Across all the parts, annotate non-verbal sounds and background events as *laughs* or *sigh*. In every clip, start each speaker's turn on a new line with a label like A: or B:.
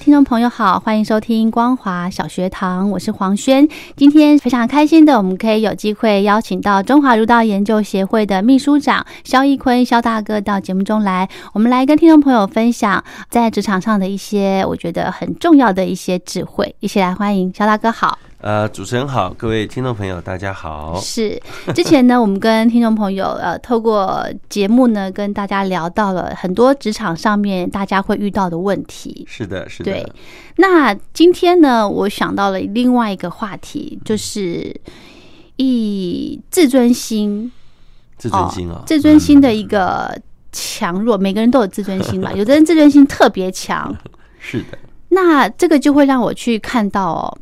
A: 听众朋友好，欢迎收听光华小学堂，我是黄轩。今天非常开心的，我们可以有机会邀请到中华儒道研究协会的秘书长肖一坤肖大哥到节目中来，我们来跟听众朋友分享在职场上的一些我觉得很重要的一些智慧，一起来欢迎肖大哥好。
B: 呃，主持人好，各位听众朋友，大家好。
A: 是，之前呢，我们跟听众朋友呃，透过节目呢，跟大家聊到了很多职场上面大家会遇到的问题。
B: 是的，是的。
A: 对，那今天呢，我想到了另外一个话题，就是以自尊心，
B: 自尊心啊、
A: 自尊心的一个强弱，每个人都有自尊心
B: *laughs*
A: 嘛，有的人自尊心特别强，
B: 是的，
A: 那这个就会让我去看到哦，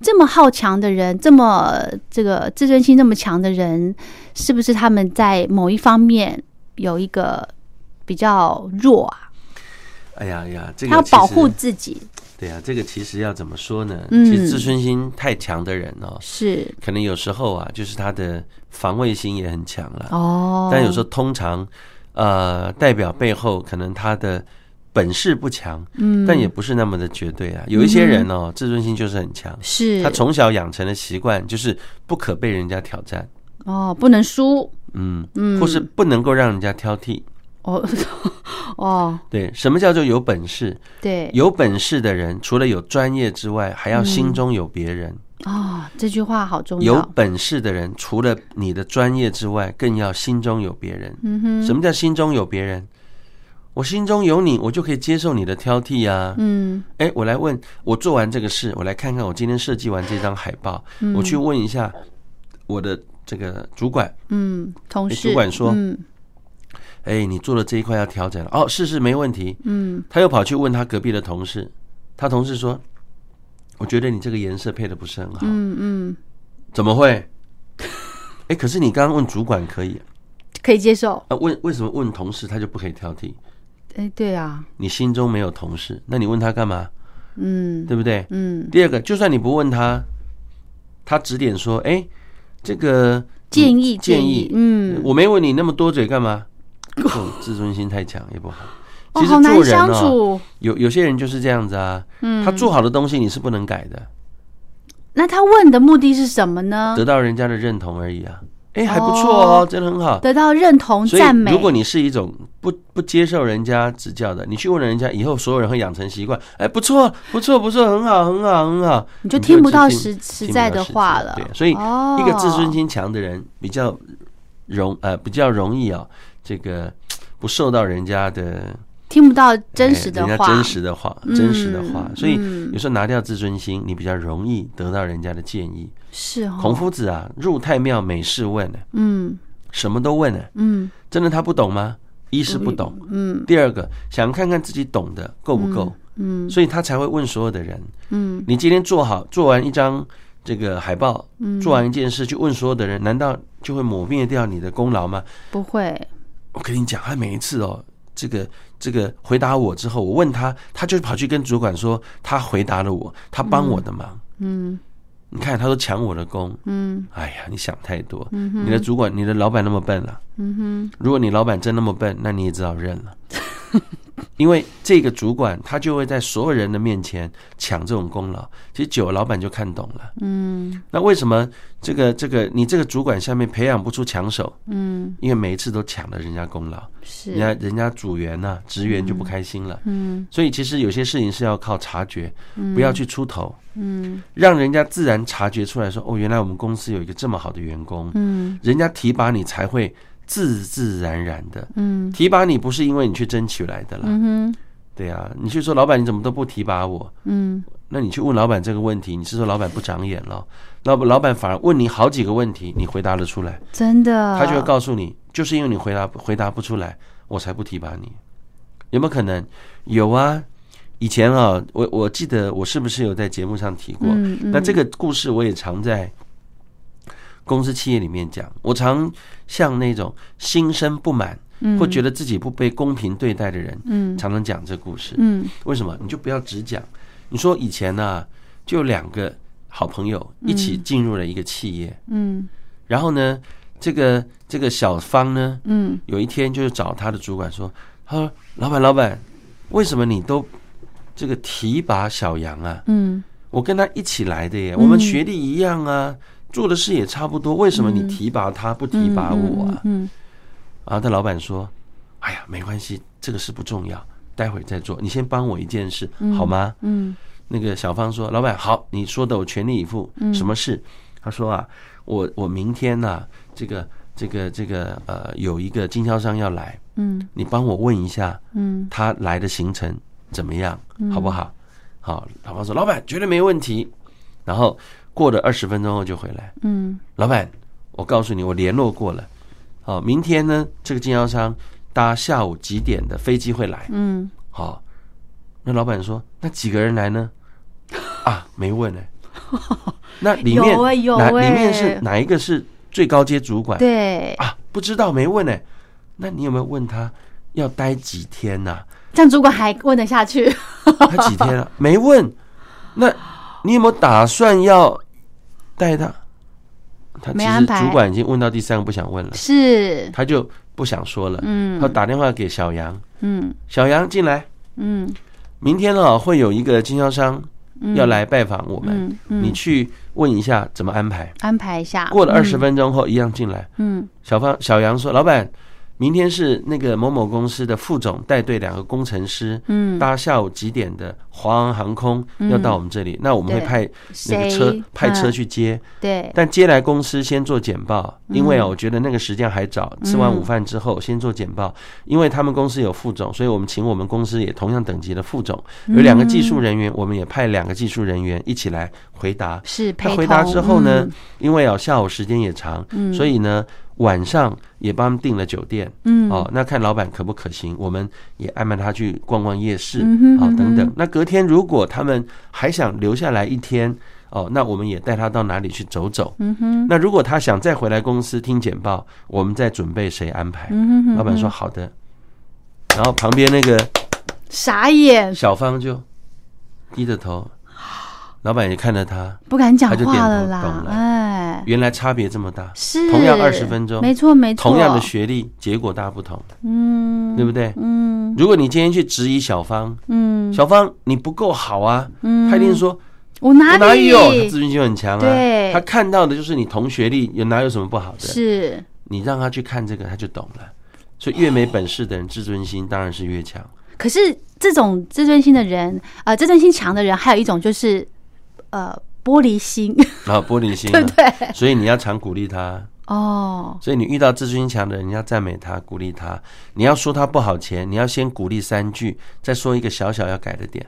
A: 这么好强的人，这么这个自尊心这么强的人，是不是他们在某一方面有一个比较弱啊？
B: 哎呀哎呀，这个
A: 他要
B: 其
A: 保
B: 实
A: 护自己，
B: 对呀、这个其实要怎么说呢？
A: 嗯
B: 其实自尊心太强的人哦，
A: 是
B: 可能有时候啊，就是他的防卫心也很强了。
A: 哦，
B: 但有时候通常，呃，代表背后可能他的本事不强，
A: 嗯，
B: 但也不是那么的绝对啊。有一些人哦，自尊心就是很强，
A: 是
B: 他从小养成的习惯就是不可被人家挑战，
A: 哦，不能输
B: 嗯，或是不能够让人家挑剔。
A: 哦 *laughs* 哦，
B: 对，什么叫做有本事？
A: 对，
B: 有本事的人，除了有专业之外，还要心中有别人。
A: 哦，这句话好重
B: 有
A: 要。
B: 本事的人，除了你的专业之外，更要心中有别人。
A: 嗯哼，
B: 什么叫心中有别人？我心中有你，我就可以接受你的挑剔呀、啊。
A: 嗯
B: 哎、我来问，我做完这个事，我来看看我今天设计完这张海报，
A: 嗯
B: 我去问一下我的这个主管，
A: 嗯，同
B: 诶
A: 事
B: 主管说
A: 嗯
B: 哎、你做的这一块要调整了。哦，是是，没问题。
A: 嗯，
B: 他又跑去问他隔壁的同事，他同事说：“我觉得你这个颜色配的不是很好。”
A: 嗯嗯，
B: 怎么会？ *laughs* 哎，可是你刚刚问主管可以
A: 可以接受。
B: 啊？问为什么问同事他就不可以挑剔？
A: 哎，对啊，
B: 你心中没有同事，那你问他干嘛？
A: 嗯
B: 对不对？
A: 嗯，
B: 第二个，就算你不问他，他指点说：“哎，这个
A: 建议
B: 建
A: 议
B: 议，，
A: 嗯，
B: 我没问你那么多嘴干嘛？”这种自尊心太强也不好。
A: 哦，
B: 其实
A: 好难
B: 做人
A: 相
B: 啊，
A: 处。
B: 有有些人就是这样子啊，
A: 嗯，
B: 他做好的东西你是不能改的。
A: 那他问的目的是什么呢？
B: 得到人家的认同而已啊。哎，还不错哦，真的很好。
A: 得到认同、
B: 所以
A: 赞，美
B: 如。果你是一种不不接受人家指教的，你去问人家，以后所有人会养成习惯。哎，不错，不错，不错，很好，很好，很好。
A: 你就听不到
B: 你就
A: 实
B: 听
A: 实
B: 不到
A: 在的话
B: 实
A: 了哦
B: 际对，，所以
A: 一
B: 一个自尊，心强的人比较容呃比较容易啊，这个不受到人家的
A: 听不到
B: 哎
A: 真实的
B: 人家
A: 话，
B: 真实的话，真实的话
A: 嗯。
B: 所以
A: 嗯
B: 有时候拿掉自尊心，你比较容易得到人家的建议。
A: 是哦
B: 孔夫子啊，入太庙每事问呢，
A: 嗯
B: 什么都问啊呢。
A: 嗯
B: 真的他不懂吗？一是不懂，
A: 嗯
B: 第二个想看看自己懂的够不够，
A: 嗯
B: 所以他才会问所有的人。
A: 嗯
B: 你今天做好做完一张这个海报，
A: 嗯，
B: 做完一件事去问所有的人，难道就会抹灭掉你的功劳吗？
A: 不会，
B: 我跟你讲，他每一次哦，这个这个回答我之后，我问他，他就跑去跟主管说，他回答了我，他帮我的忙。
A: 嗯
B: 你看，他都抢我的功。
A: 嗯
B: 哎呀，你想太多。
A: 嗯
B: 你的主管、你的老板那么笨了、啊
A: 嗯哼，
B: 如果你老板真那么笨，那你也只好认了， *laughs* 因为这个主管他就会在所有人的面前抢这种功劳。其实久了，老板就看懂了。
A: 嗯
B: 那为什么这个这个你这个主管下面培养不出强手？
A: 嗯
B: 因为每一次都抢了人家功劳，人
A: 是，
B: 家人家组员呐、职员就不开心了。
A: 嗯
B: 所以其实有些事情是要靠察觉，不要去出头。
A: 嗯
B: 让人家自然察觉出来说，哦，原来我们公司有一个这么好的员工，
A: 嗯
B: 人家提拔你才会自自然然的。
A: 嗯
B: 提拔你不是因为你去争取来的啦，
A: 嗯哼
B: 对啊，你去说老板你怎么都不提拔我，
A: 嗯
B: 那你去问老板这个问题，你是说老板不长眼了？老老板反而问你好几个问题，你回答得出来，
A: 真的，
B: 他就会告诉你，就是因为你回答回答不出来，我才不提拔你，有没有可能？有啊，以前啊，我我记得我是不是有在节目上提过？
A: 嗯嗯
B: 那这个故事我也常在公司企业里面讲，我常向那种心生不满或觉得自己不被公平对待的人，
A: 嗯
B: 常常讲这故事。
A: 嗯
B: 为什么？你就不要只讲。你说以前呢、就有两个好朋友一起进入了一个企业，
A: 嗯
B: 然后呢，这个这个小芳呢，
A: 嗯
B: 有一天就找他的主管说：“他说，老板，老板，为什么你都这个提拔小杨啊？
A: 嗯
B: 我跟他一起来的耶，
A: 嗯
B: 我们学历一样啊，做的事也差不多，为什么你提拔他不提拔我啊？”
A: 嗯
B: 然后他老板说：“哎呀，没关系，这个事不重要，待会儿再做。你先帮我一件事好吗？”
A: 嗯
B: 那个小芳说：“老板好，你说的我全力以赴。什么事？”他说：“啊，我我明天呐、这个这个这个呃，有一个经销商要来，
A: 嗯
B: 你帮我问一下
A: 嗯
B: 他来的行程怎么样，好不好？”好，老板说：“老板绝对没问题。”然后过了二十分钟后就回来，
A: 嗯
B: 老板，我告诉你，我联络过了。好、明天呢，这个经销商搭下午几点的飞机会来？
A: 嗯
B: 好、那老板说，那几个人来呢？啊，没
A: *laughs*
B: 问呢、那里面
A: 有欸有欸
B: 哪里面是哪一个是最高阶主管？
A: 对，
B: 啊，不知道，没问呢、那你有没有问他要待几
A: *laughs*
B: 天呐、
A: 这样主管还问得下去？
B: 他几天了、没问。那你有没有打算要带他？他其
A: 没安
B: 实
A: 排
B: 主管已经问到第三个不想问了，
A: 是，
B: 他就不想说了。
A: 嗯
B: 他打电话给小杨，
A: 嗯
B: 小杨进来，
A: 嗯
B: 明天啊会有一个经销商
A: 嗯，
B: 要来拜访我们，
A: 嗯
B: 你
A: 嗯，
B: 去问一下怎么安排。
A: 安排一下。
B: 过了二十分钟后一样进来，
A: 嗯
B: 小芳小杨说：“老板，明天是那个某某公司的副总带队两个工程师。”
A: 嗯，
B: 搭下午几点的华航航空
A: 嗯
B: 要到我们这里，那我们会
A: 对
B: 派那个车
A: 谁
B: 派车
A: 嗯
B: 去接，
A: 对，
B: 但接来公司先做简报，因为啊，我觉得那个时间还早，吃完午饭之后先做简报，因为他们公司有副总，所以我们请我们公司也同样等级的副总，有两个技术人员，我们也派两个技术人员一起来回答。
A: 是陪
B: 他
A: 同。
B: 回答之后呢
A: 嗯，
B: 因为啊下午时间也长，所以呢晚上也帮他们订了酒店，
A: 嗯
B: 哦，那看老板可不可行，我们也安排他去逛逛夜市，
A: 嗯哼
B: 哦
A: 嗯哼
B: 等等。那隔天如果他们还想留下来一天，哦，那我们也带他到哪里去走走。
A: 嗯哼，
B: 那如果他想再回来公司听简报，我们再准备谁安排？
A: 嗯哼哼，
B: 老板说好的，然后旁边那个
A: 傻眼，
B: 小芳就低着头，老板也看着他，
A: 不敢讲
B: 他就点
A: 话
B: 头
A: 了
B: 懂
A: 啦，
B: 了
A: 哎，
B: 原来差别这么大，
A: 是
B: 同样20分钟
A: 没错没错，
B: 同样的学历，结果大不同，
A: 嗯，
B: 对不对？
A: 嗯
B: 如果你今天去质疑小芳，
A: 嗯
B: 小芳你不够好啊，
A: 嗯，
B: 他一定说
A: 我哪
B: 我
A: 里
B: 哪有，他自尊心很强啊
A: 对，
B: 他看到的就是你同学历，有哪有什么不好的？
A: 是
B: 你让他去看这个，他就懂了。所以越没本事的人，自尊心当然是越强。
A: 可是这种自尊心的人，呃，自尊心强的人，还有一种就是，呃，玻璃心，
B: 然后玻璃心、啊，
A: 对不 *laughs* 对？
B: 所以你要常鼓励他。
A: 哦，
B: 所以你遇到自尊心强的人，你要赞美他、鼓励他。你要说他不好前，你要先鼓励三句，再说一个小小要改的点，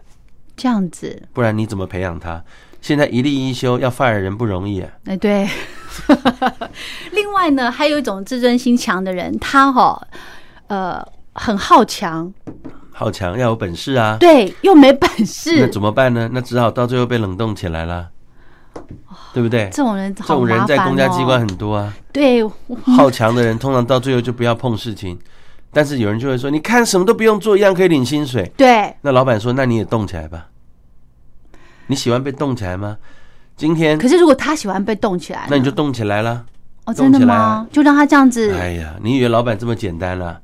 A: 这样子，
B: 不然你怎么培养他？现在一例一休要 fire 人不容易、啊，
A: 哎、对。 *laughs* 另外呢，还有一种自尊心强的人，他哦，呃，很好强，
B: 啊好强要有本事啊。
A: 对，又没本
B: 那
A: 事，
B: 怎么办呢？那只好到最后被冷冻起来了，对不对？
A: 这种人
B: 这
A: 好哦
B: 种人
A: 麻
B: 在
A: 烦
B: 公家
A: 哦
B: 机关，很多啊。
A: 对，
B: 好强的人通常到最后就不要碰事情，但是有人就会说：“你看什么都不用做，一样可以领薪水。
A: 对，”
B: 那老板说：“那你也动起来吧。”你喜欢被动起来吗？今天
A: 可是如果他喜欢被动起来呢，
B: 那你就动起来了。
A: 哦，真的
B: 动起来
A: 吗？就让他这样子，
B: 哎呀，你以为老板这么简单啦、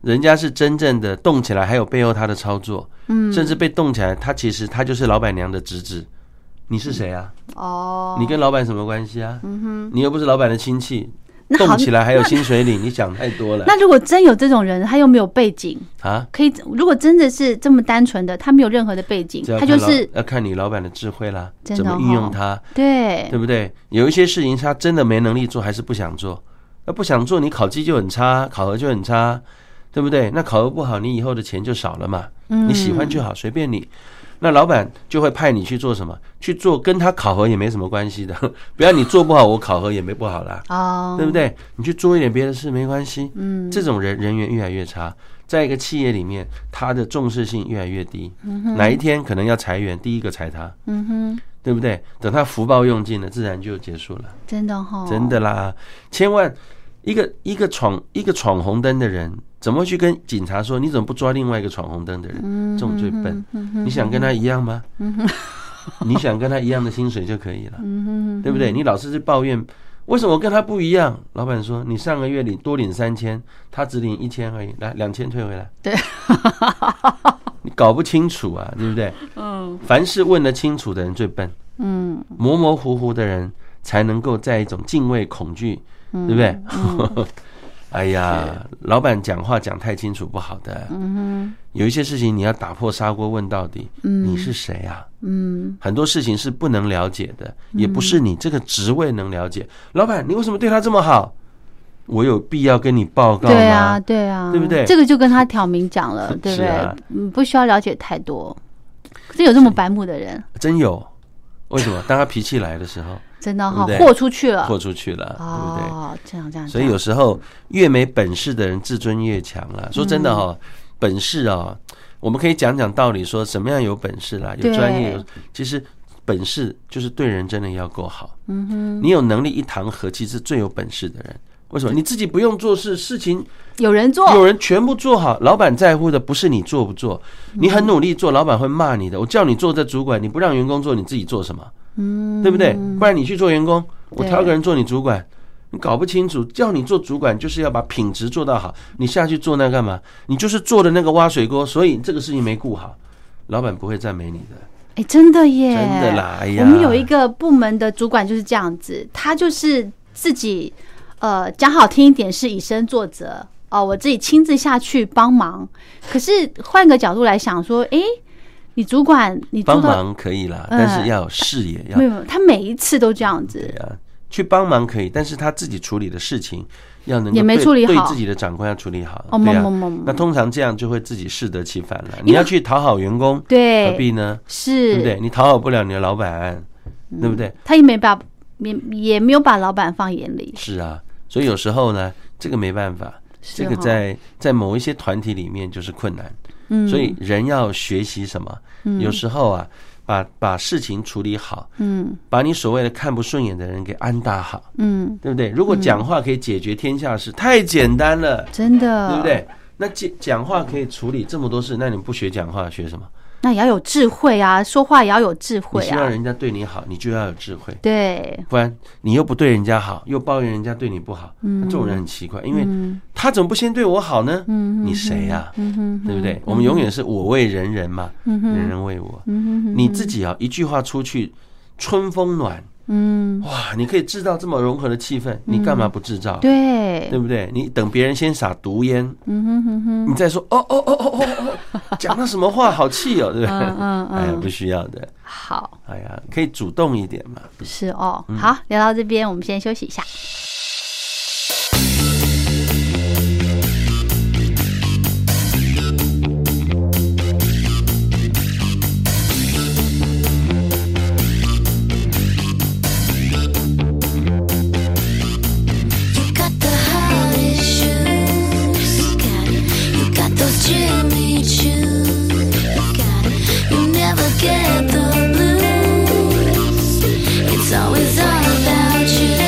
B: 人家是真正的动起来，还有背后他的操作，嗯，甚至被动起来，他其实他就是老板娘的侄子。你是谁啊？
A: 哦，
B: 你跟老板什么关系啊？你又不是老板的亲戚，
A: 嗯那好
B: 动起来还有薪水领，你想太多了
A: 那如果真有这种人，他又没有背景，
B: 啊！
A: 可以如果真的是这么单纯的，他没有任何的背景
B: 这，要
A: 他
B: 看
A: 就
B: 老
A: 是
B: 要看你老板的智慧啦，
A: 真
B: 怎
A: 的
B: 么运
A: 哦
B: 用它，
A: 对
B: 对不对？有一些事情他真的没能力做，还是不想做。那不想做，你考绩就很差，考核就很差，对不对？那考核不好，你以后的钱就少了嘛。你喜欢就好，随便你。那老板就会派你去做什么？去做跟他考核也没什么关系的， *laughs* 不要你做不好，我考核也没不好啦。
A: 哦，
B: 对不对？你去做一点别的事没关系。嗯，这种人人缘越来越差，在一个企业里面，他的重视性越来越低。嗯、哪一天可能要裁员，第一个裁他。嗯哼，对不对？等他福报用尽了，自然就结束了。
A: 真的哈，
B: 真的啦，千万一个一个闯一个闯红灯的人，怎么会去跟警察说你怎么不抓另外一个闯红灯的人？
A: 嗯
B: 这种最笨。你想跟他一
A: *laughs*
B: 样吗？你想跟他一样的薪水就可以了，
A: 嗯
B: 对不对？你老是去抱怨为什么我跟他不一样？老板说你上个月领多领三千，他只领一千而已，来两千退回来。
A: 对，
B: *laughs* 你搞不清楚啊，对不对？嗯，凡是问得清楚的人最笨。嗯，模模糊糊的人才能够在一种敬畏、恐惧，
A: 嗯
B: 对不对？ *laughs* 哎呀，老板讲话讲太清楚不好的。嗯有一些事情你要打破砂锅问到底，你是谁啊？嗯，很多事情是不能了解的，
A: 嗯
B: 也不是你这个职位能了解。老板，你为什么对他这么好？我有必要跟你报告吗？
A: 对啊，对啊，
B: 对不对
A: 这个就跟他挑明讲了，对不
B: 是
A: 对
B: 啊？
A: 嗯，不需要了解太多。可是有这么白目的人，
B: 真有。为什么？当他脾气来的时候，
A: 真的哈
B: 对，不对
A: 豁出去了，
B: 豁出去了，对不对？
A: 哦，这样这样，
B: 所以有时候越没本事的人自尊越强了。
A: 嗯
B: 说真的哈、本事啊、我们可以讲讲道理，说什么样有本事啦，有
A: 对
B: 专业，有其实本事就是对人真的要够好。嗯哼，你有能力一堂和气是最有本事的人。为什么？你自己不用做事，事情
A: 有人做，
B: 有人全部做好，老板在乎的不是你做不做，
A: 嗯
B: 你很努力做，老板会骂你的。我叫你做这主管，你不让员工做，你自己做什么？嗯，对不对？不然你去做员工，我
A: 对
B: 挑个人做你主管，你搞不清楚。叫你做主管就是要把品质做到好，你下去做那干嘛？你就是做的那个挖水沟，所以这个事情没顾好，老板不会赞美你的，
A: 哎，真的耶，
B: 真的。啦。哎呀，
A: 我们有一个部门的主管就是这样子，他就是自己，呃，讲好听一点是以身作则哦，我自己亲自下去帮忙。可是换个角度来想，说，哎，你主管你做
B: 帮
A: 到
B: 忙可以啦，
A: 嗯
B: 但是要有视野，要
A: 没有？没有他每一次都这样子，
B: 对啊，去帮忙可以，但是他自己处理的事情要能够
A: 也没
B: 对
A: 处理好
B: 对自己的长官要处理好，
A: 哦
B: 对
A: 么么么
B: 啊。那通常这样就会自己适得其反了。你要去讨好员工，
A: 对，
B: 何必呢？
A: 是，嗯
B: 对不对？你讨好不了你的老板，对不对？
A: 他也没把也也没有把老板放眼里，
B: 是啊，所以有时候呢，这个没办法，
A: 是
B: 这个
A: 哈
B: 在在某一些团体里面就是困难。
A: 嗯，
B: 所以人要学习什么？有时候啊，把把事情处理好，
A: 嗯
B: 把你所谓的看不顺眼的人给安搭好。
A: 嗯，
B: 对不对？如果讲话可以解决天下事，太简单了，
A: 真的，
B: 对不？对？那讲讲话可以处理这么多事，那你不学讲话学什么？
A: 那也要有智慧啊，说话也要有智
B: 你
A: 慧
B: 希望
A: 啊，
B: 人家对你好，你就要有智慧，
A: 对，
B: 不然你又不对人家好，又抱怨人家对你不好，
A: 嗯
B: 那这种人很奇怪，因为他怎么不先对我好呢？
A: 嗯
B: 你谁呀？对不对？我们永远是我为人人嘛，
A: 嗯
B: 人人为我。你自己啊，一句话出去，春风暖，
A: 嗯，
B: 哇，你可以制造这么融合的气氛，你干嘛不制造？
A: 对，嗯
B: 对不对？你等别人先撒毒烟，你再说哦哦哦哦哦哦， *laughs* 讲了什么话，好气哦，对不对？
A: 嗯嗯
B: 哎呀，
A: 嗯
B: 不需要的，
A: 好，
B: 哎呀，可以主动一点嘛。
A: 是哦，
B: 嗯
A: 好，聊到这边，我们先休息一下。
C: You got the hottest shoes. You got those Jimmy shoes. You never get the blues. It's always all about you.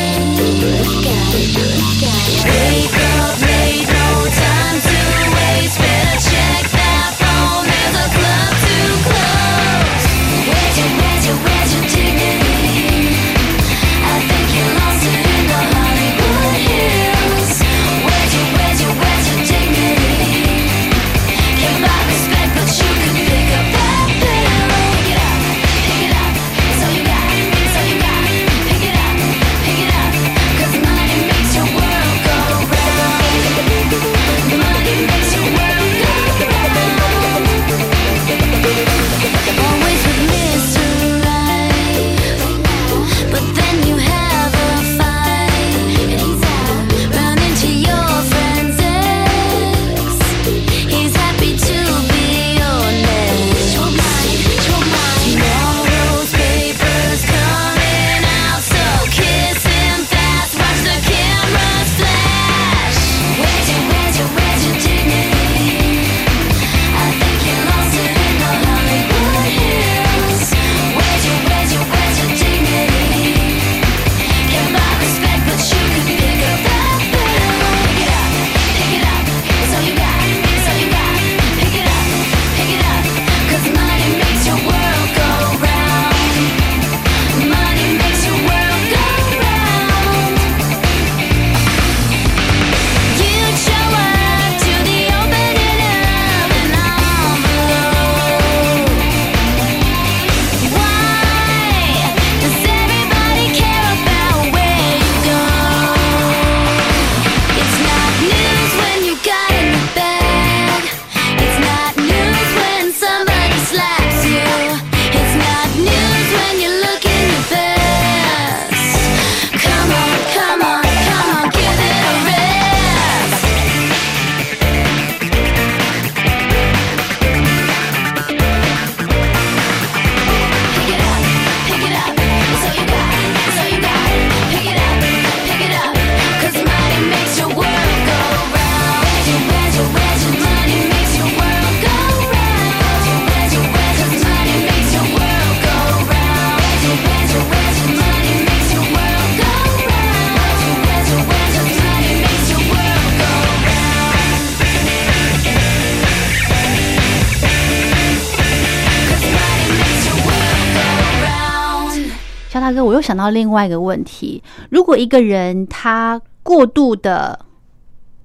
A: 大哥，我又想到另外一个问题：如果一个人他过度的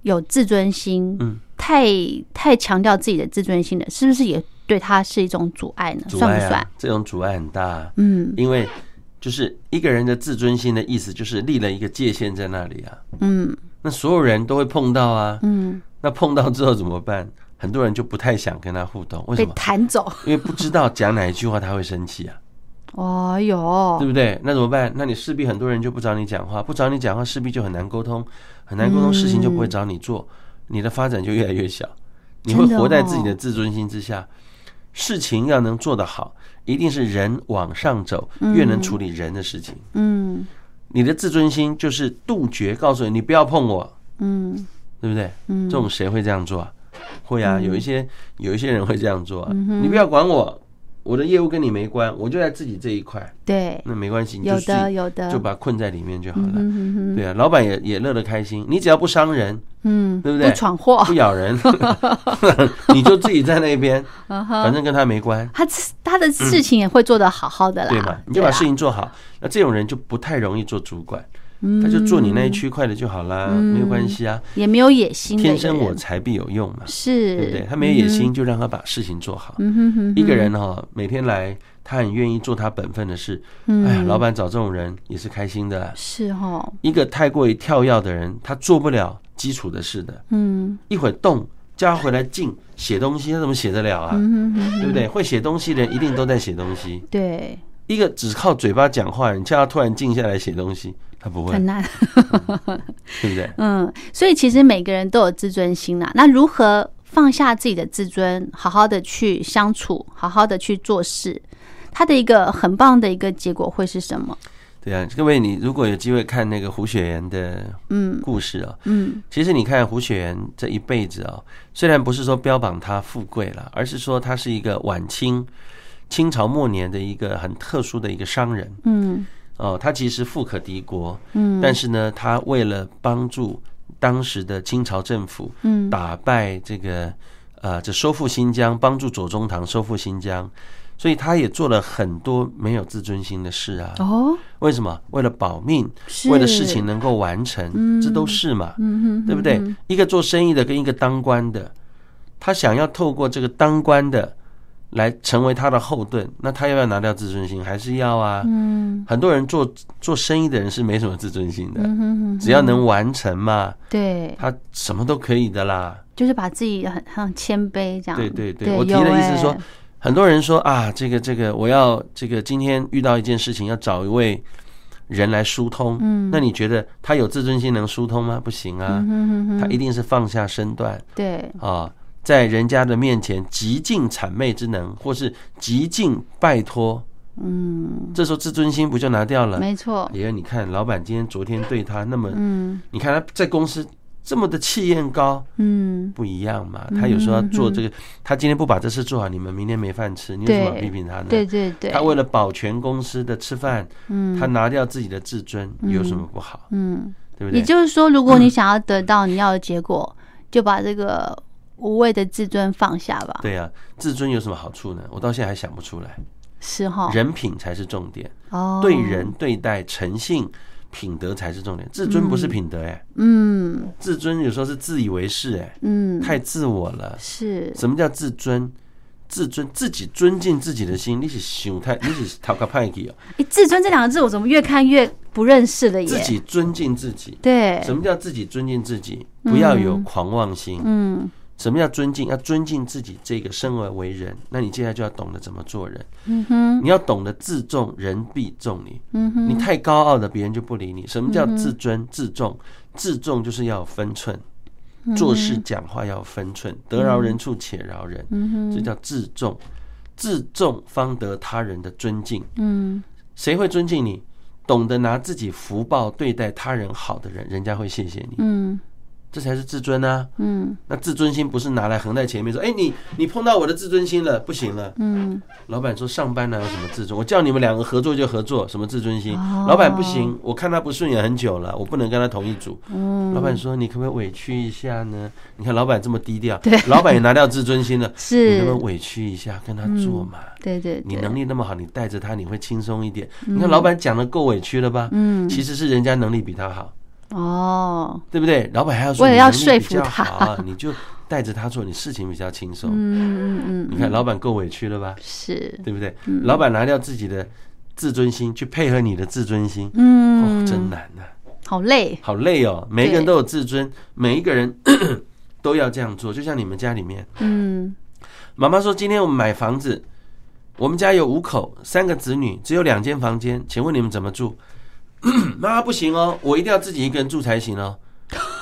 A: 有自尊心，
B: 嗯，
A: 太太强调自己的自尊心了，是不是也对他是一种阻碍呢？
B: 阻
A: 算
B: 碍
A: 不算
B: 啊？，这种阻碍很大，啊
A: 嗯
B: 因为就是一个人的自尊心的意思，就是立了一个界限在那里啊。
A: 嗯
B: 那所有人都会碰到啊，
A: 嗯，
B: 那碰到之后怎么办？很多人就不太想跟他互动，为
A: 被
B: 什么？
A: 弹走。
B: 因为不知道讲哪一句话他会生气啊。
A: 哦哟
B: 对，不对？那怎么办？那你势必很多人就不找你讲话，不找你讲话，势必就很难沟通，很难沟通，事情就不会找你做，你的发展就越来越小，你会
A: 真的
B: 活在
A: 哦
B: 自己的自尊心之下。事情要能做得好，一定是人往上走，越能处理人的事情。
A: 嗯
B: 你的自尊心就是杜绝，告诉你你不要碰我，
A: 嗯
B: 对不对？
A: 嗯
B: 这种谁会这样做啊？会啊，有一些有一些人会这样做啊。
A: 嗯
B: 你不要管我，我的业务跟你没关，我就在自己这一块，
A: 对，
B: 那没关系，你嗯就
A: 有
B: 自己
A: 的有的，
B: 就把它困在里面就好了。
A: 嗯哼哼
B: 对啊，老板也也乐得开心，你只要不伤人，
A: 嗯，
B: 对不对
A: 不闯祸
B: 不，咬人， *laughs* 你就自己在那边，
A: 嗯哼
B: 反正跟他没关，
A: 他自他的事情也会做得好好的啦，
B: 嗯对吧？你就把
A: 啦
B: 事情做好，那这种人就不太容易做主管，
A: 嗯
B: 他就做你那一区块的就好啦，没有关系啊，
A: 也没有野心的
B: 天生
A: 嗯
B: 我
A: 人
B: 材必有用嘛，
A: 是，
B: 对不对？他没有野心，就让他把事情做好。
A: 嗯哼哼，
B: 一个人哈、每天来，他很愿意做他本分的事，
A: 嗯
B: 哎呀，老板找这种人也是开心的啦。啊
A: 是哦，
B: 一个太过于跳跃的人，他做不了基础的事的。
A: 嗯
B: 一会儿动，叫他回来静写东西，他怎么写得了啊？
A: 嗯哼哼，
B: 对不对？会写东西的人一定都在写东西。
A: 对，
B: 一个只靠嘴巴讲话，你叫他突然静下来写东西，他不会，
A: 很难，
B: 对不对？
A: 嗯，所以其实每个人都有自尊心啦，那如何放下自己的自尊，好好的去相处，好好的去做事，他的一个很棒的一个结果会是什么？
B: 对啊，各位，你如果有机会看那个胡雪岩的
A: 嗯
B: 故事啊、
A: 嗯
B: 其实你看胡雪岩这一辈子啊、虽然不是说标榜他富贵了，而是说他是一个晚清清朝末年的一个很特殊的一个商人。
A: 嗯
B: 哦，他其实富可敌国，
A: 嗯，
B: 但是呢，他为了帮助当时的清朝政府
A: 嗯
B: 打败这个呃，这收复新疆，帮助左宗棠收复新疆，所以他也做了很多没有自尊心的事啊。
A: 哦，
B: 为什么？为了保命，
A: 是
B: 为了事情，能够完成，这都是嘛，
A: 嗯哼，
B: 对不对？一个做生意的跟一个当官的，他想要透过这个当官的。来成为他的后盾，那他要不要拿掉自尊心？还是要啊？
A: 嗯
B: 很多人做做生意的人是没什么自尊心的，
A: 嗯哼哼，
B: 只要能完成嘛，
A: 对，
B: 他什么都可以的啦。
A: 就是把自己很很谦卑这样，
B: 对对对
A: 对，
B: 我提
A: 有
B: 的意思是说
A: 欸，
B: 很多人说啊，这个这个，我要这个今天遇到一件事情，要找一位人来疏通。
A: 嗯
B: 那你觉得他有自尊心能疏通吗？不行啊
A: 嗯，哼哼哼
B: 他一定是放下身段
A: 对，
B: 啊，在人家的面前极尽谄媚之能，或是极尽拜托，
A: 嗯，
B: 这时候自尊心不就拿掉了？
A: 没错，
B: 爷，你看老板今天昨天对他那么，
A: 嗯
B: 你看他在公司这么的气焰高，
A: 嗯，
B: 不一样嘛。他有时候要做这个，他今天不把这事做好，你们明天没饭吃，你为什么要
A: 对
B: 批评他呢？
A: 对对对，
B: 他为了保全公司的吃饭，他拿掉自己的自尊，有什么不好？
A: 嗯，
B: 对不
A: 也
B: 对？
A: 就是说，如果你想要得到你要的结果，就把这个无谓的自尊放下吧，
B: 对啊，自尊有什么好处呢？我到现在还想不出来。
A: 是哈，
B: 人品才是重点，
A: 哦，
B: 对，人对待诚信、品德才是重点。自尊不是品德，哎，
A: 嗯
B: 自尊有时候是自以为是，哎，
A: 嗯，
B: 太自我了。
A: 是
B: 什么叫自尊？自尊自己尊敬自己的心，你是想太，你是讨个派去哦。
A: 诶自尊这两个字，我怎么越看越不认识了耶？
B: 自己尊敬自己，
A: 对，
B: 什么叫自己尊敬自己？不要有狂妄心。
A: 嗯
B: 什么叫尊敬？要尊敬自己这个生而为人，那你接下来就要懂得怎么做人。
A: 嗯哼，
B: 你要懂得自重，人必重你。
A: 嗯哼，嗯
B: 你太高傲了，别人就不理你。什么叫自尊、自重？自重就是要有分寸，
A: 嗯
B: 做事讲话要有分寸，得饶人处且饶人，
A: 嗯
B: 这叫自重。自重方得他人的尊敬。
A: 嗯
B: 谁会尊敬你？懂得拿自己福报对待他人好的人，人家会谢谢你。
A: 嗯
B: 这才是自尊啊。
A: 嗯
B: 那自尊心不是拿来横在前面说，哎，你你碰到我的自尊心了，不行了。
A: 嗯，
B: 老板说上班哪有什么自尊？我叫你们两个合作就合作，什么自尊心？
A: 哦
B: 老板不行，我看他不顺眼很久了，我不能跟他同一组。
A: 嗯
B: 老板说你可不可以委屈一下呢？你看老板这么低调，
A: 对
B: 老板也拿掉自尊心了，你
A: *laughs* 是嗯
B: 能不，能委屈一下跟他做嘛？
A: 对对
B: 你
A: 对，
B: 能力那么好，你带着他你会轻松一点。你看老板讲的够委屈了吧？
A: 嗯
B: 其实是人家能力比他好，
A: 哦，
B: 对不对？老板还要说
A: 为了
B: 你
A: 要
B: 能力
A: 说
B: 比
A: 服
B: 较
A: 他
B: 好啊，你就带着他做，你事情比较轻松。
A: 嗯嗯嗯，
B: 你看老板够委屈了吧？
A: 是，嗯
B: 对不对？老板拿掉自己的自尊心去配合你的自尊心，
A: 嗯，
B: 哦，真难呐、
A: 好累， *laughs*
B: 好累哦。每一个人
A: 对
B: 都有自尊，每一个人 *coughs* 都要这样做。就像你们家里面，
A: 嗯
B: 妈妈说今天我们买房子，我们家有五口，三个子女，只有两间房间，请问你们怎么住？ *coughs* 妈不行哦，我一定要自己一个人住才行哦。 *coughs*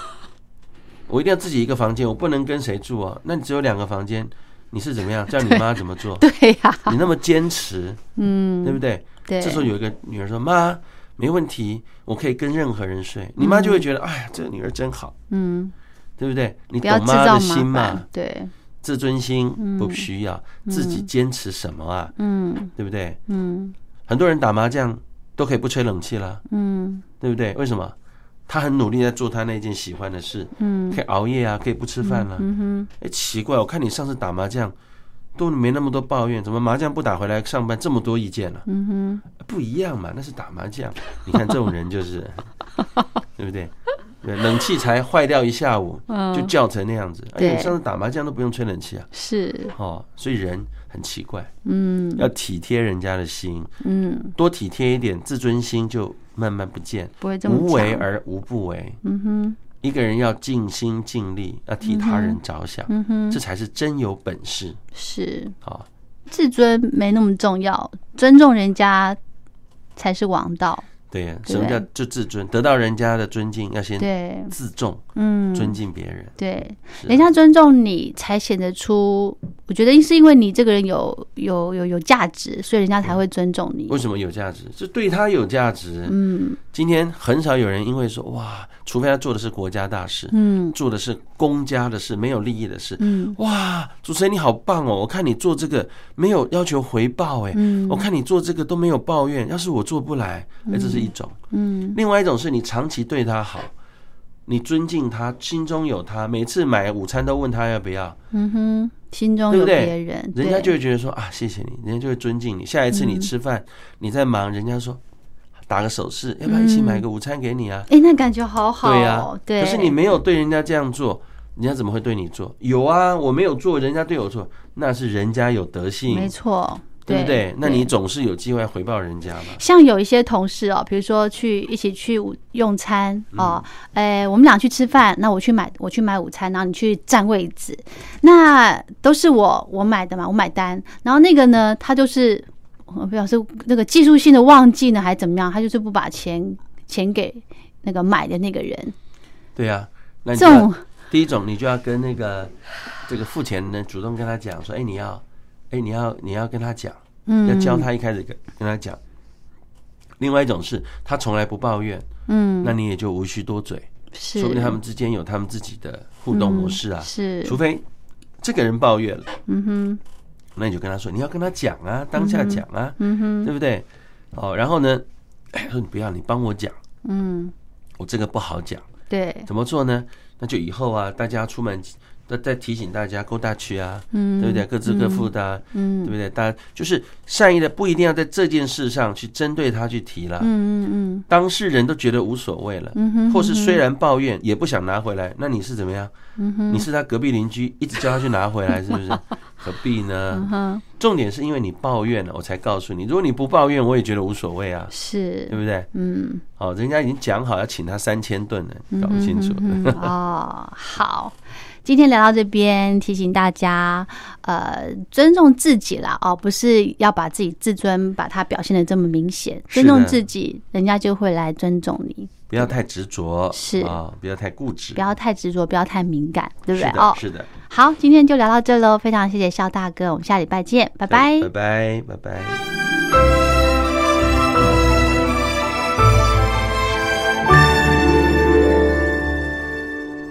B: 我一定要自己一个房间，我不能跟谁住哦。那你只有两个房间，你是怎么样？叫你妈怎么做？
A: *laughs* 对呀，
B: 你那么坚持，
A: 嗯，
B: 对不对？
A: 对，
B: 这时候有一个女儿说：“妈，没问题，我可以跟任何人睡。”你妈就会觉得：“哎呀，这个女儿真好，
A: 嗯，
B: 对不对？”你
A: 不要
B: 懂
A: 制
B: 妈
A: 造
B: 的心
A: 麻
B: 嘛
A: 烦，，嗯对，
B: 自尊心不需要，自己坚持什么啊？
A: 嗯
B: 对不对？
A: 嗯
B: 很多人打麻将都可以不吹冷气啦，
A: 嗯
B: 对不对？为什么？他很努力在做他那件喜欢的事，
A: 嗯
B: 可以熬夜啊，可以不吃饭啦。
A: 嗯
B: 哎，奇怪，我看你上次打麻将都没那么多抱怨，怎么麻将不打回来上班这么多意见呢、
A: 哼嗯哼，
B: 不一样嘛，那是打麻
A: 嗯
B: 将。你看这种人就是， *laughs* 对不对？对，冷气才坏掉一下午，
A: 嗯
B: 就叫成那样子。哎，
A: 对
B: 你上次打麻将都不用吹冷气啊，
A: 是，
B: 哦，所以人很奇怪，
A: 嗯
B: 要体贴人家的心，
A: 嗯，
B: 多体贴一点，自尊心就慢慢不见。
A: 不会这么
B: 无为
A: 讲，
B: 而无不为，
A: 嗯哼
B: 一个人要尽心尽力，要替他人着想，
A: 嗯哼，
B: 这才是真有本事
A: 是
B: 啊！
A: 自尊没那么重要，尊重人家才是王道，
B: 对呀，
A: 对
B: 什么叫就自尊？得到人家的尊敬，要先
A: 对，
B: 自重，
A: 嗯，
B: 尊敬别人。
A: 对，
B: 是
A: 人家尊重你，才显得出，我觉得是因为你这个人有有有有价值，所以人家才会尊重你
B: 为。什么有价值？这对他有价值。
A: 嗯
B: 今天很少有人因为说哇，除非他做的是国家大事，
A: 嗯
B: 做的是公家的事，没有利益的事。
A: 嗯
B: 哇，主持人你好棒哦！我看你做这个没有要求回报，哎，
A: 嗯
B: 我看你做这个都没有抱怨。要是我做不来，哎，这是一种；
A: 嗯
B: 另外一种是你长期对他好，你尊敬他，心中有他，每次买午餐都问他要不要，
A: 嗯哼，心中
B: 对
A: 有
B: 不对
A: 别人，
B: 人家
A: 对嗯
B: 就会觉得说啊，谢谢你，人家就会尊敬你。下一次你吃饭、你在忙，人家说啊打个手势，要不要一起买个午餐给你啊？
A: 哎、那感觉好好
B: 对呀、啊
A: 哦，对。
B: 可是你没有对人家这样做，人家怎么会对你做？有啊，我没有做，人家对我做，那是人家有德
A: 没
B: 性，
A: 错，
B: 对不对？那你总是有机会回报人家嘛。
A: 像有一些同事哦，比如说去一起去午用餐
B: 嗯
A: 哦，哎、我们俩去吃饭，那我去买我去买午餐，然后你去占位置，那都是我我买的嘛，我买单。然后那个呢，他就是我不知道是那个技术性的忘记呢，还怎么样，他就是不把钱钱给那个买的那个人。
B: 对呀、那你
A: 啊这
B: 就要
A: 种
B: 第一种你就要跟那个这个付钱的人主动跟他讲说，哎，你要，哎，你要，你要跟他讲。要
A: 嗯
B: 教他一开始跟跟他讲。另外一种是他从来不抱怨，
A: 嗯
B: 那你也就无需多嘴，
A: 是嗯
B: 说不定他们之间有他们自己的互动模式啊。
A: 是
B: 除非这个人抱怨了，
A: 嗯哼
B: 那你就跟他说，你要跟他讲啊，当下讲啊，
A: 嗯哼
B: 对不对？哦，然后呢，哎说你不要，你帮我讲，
A: 嗯
B: 我这个不好讲，
A: 对
B: 怎么做呢？那就以后啊，大家出门。再再提醒大家，勾大区啊，
A: 嗯
B: 对不对？各自各付的啊、对
A: 嗯
B: 不对？大家就是善意的，不一定要在这件事上去针对他去提了。
A: 嗯嗯
B: 当事人都觉得无所谓了，
A: 嗯哼
B: 或是虽然抱怨也不想拿回来，那你是怎么样？
A: 嗯哼
B: 你是他隔壁邻居，一直叫他去拿回
A: *laughs*
B: 来，是不是？何必
A: 嗯
B: 呢？
A: 哼
B: 重点是因为你抱怨了，我才告诉你。如果你不抱怨，我也觉得无所谓啊，
A: 是
B: 对不对？
A: 嗯。
B: 哦，人家已经讲好要请他三千顿了，搞不清楚。
A: 嗯哼 *laughs* 哦，好，今天聊到这边，提醒大家，呃，尊重自己啦，哦，不是要把自己自尊把它表现的这么明显，
B: 是
A: 尊
B: 的
A: 重自己，人家就会来尊重你，
B: 不要太执着，
A: 是
B: 啊，不要太固执，
A: 不要太执着，不要太敏感，对不
B: 是
A: 对？
B: 的
A: 哦，，
B: 是的。
A: 好，今天就聊到这喽，非常谢谢肖大哥，我们下礼拜见，拜拜
B: 拜。拜，拜拜。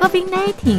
D: COVID-19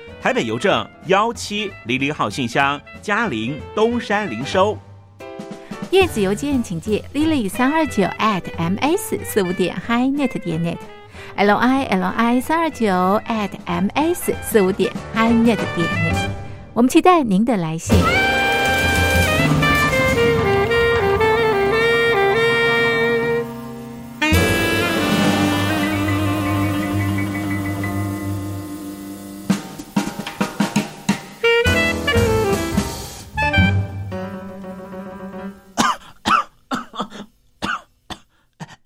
E: 台北邮政幺七零零号信箱，嘉陵东山零收。
D: 电子邮件请寄 lily 三二九 at ms 四五点 highnet 点 net。l i l i 三二九 at m s 四五点 highnet 点 net，我们期待您的来信。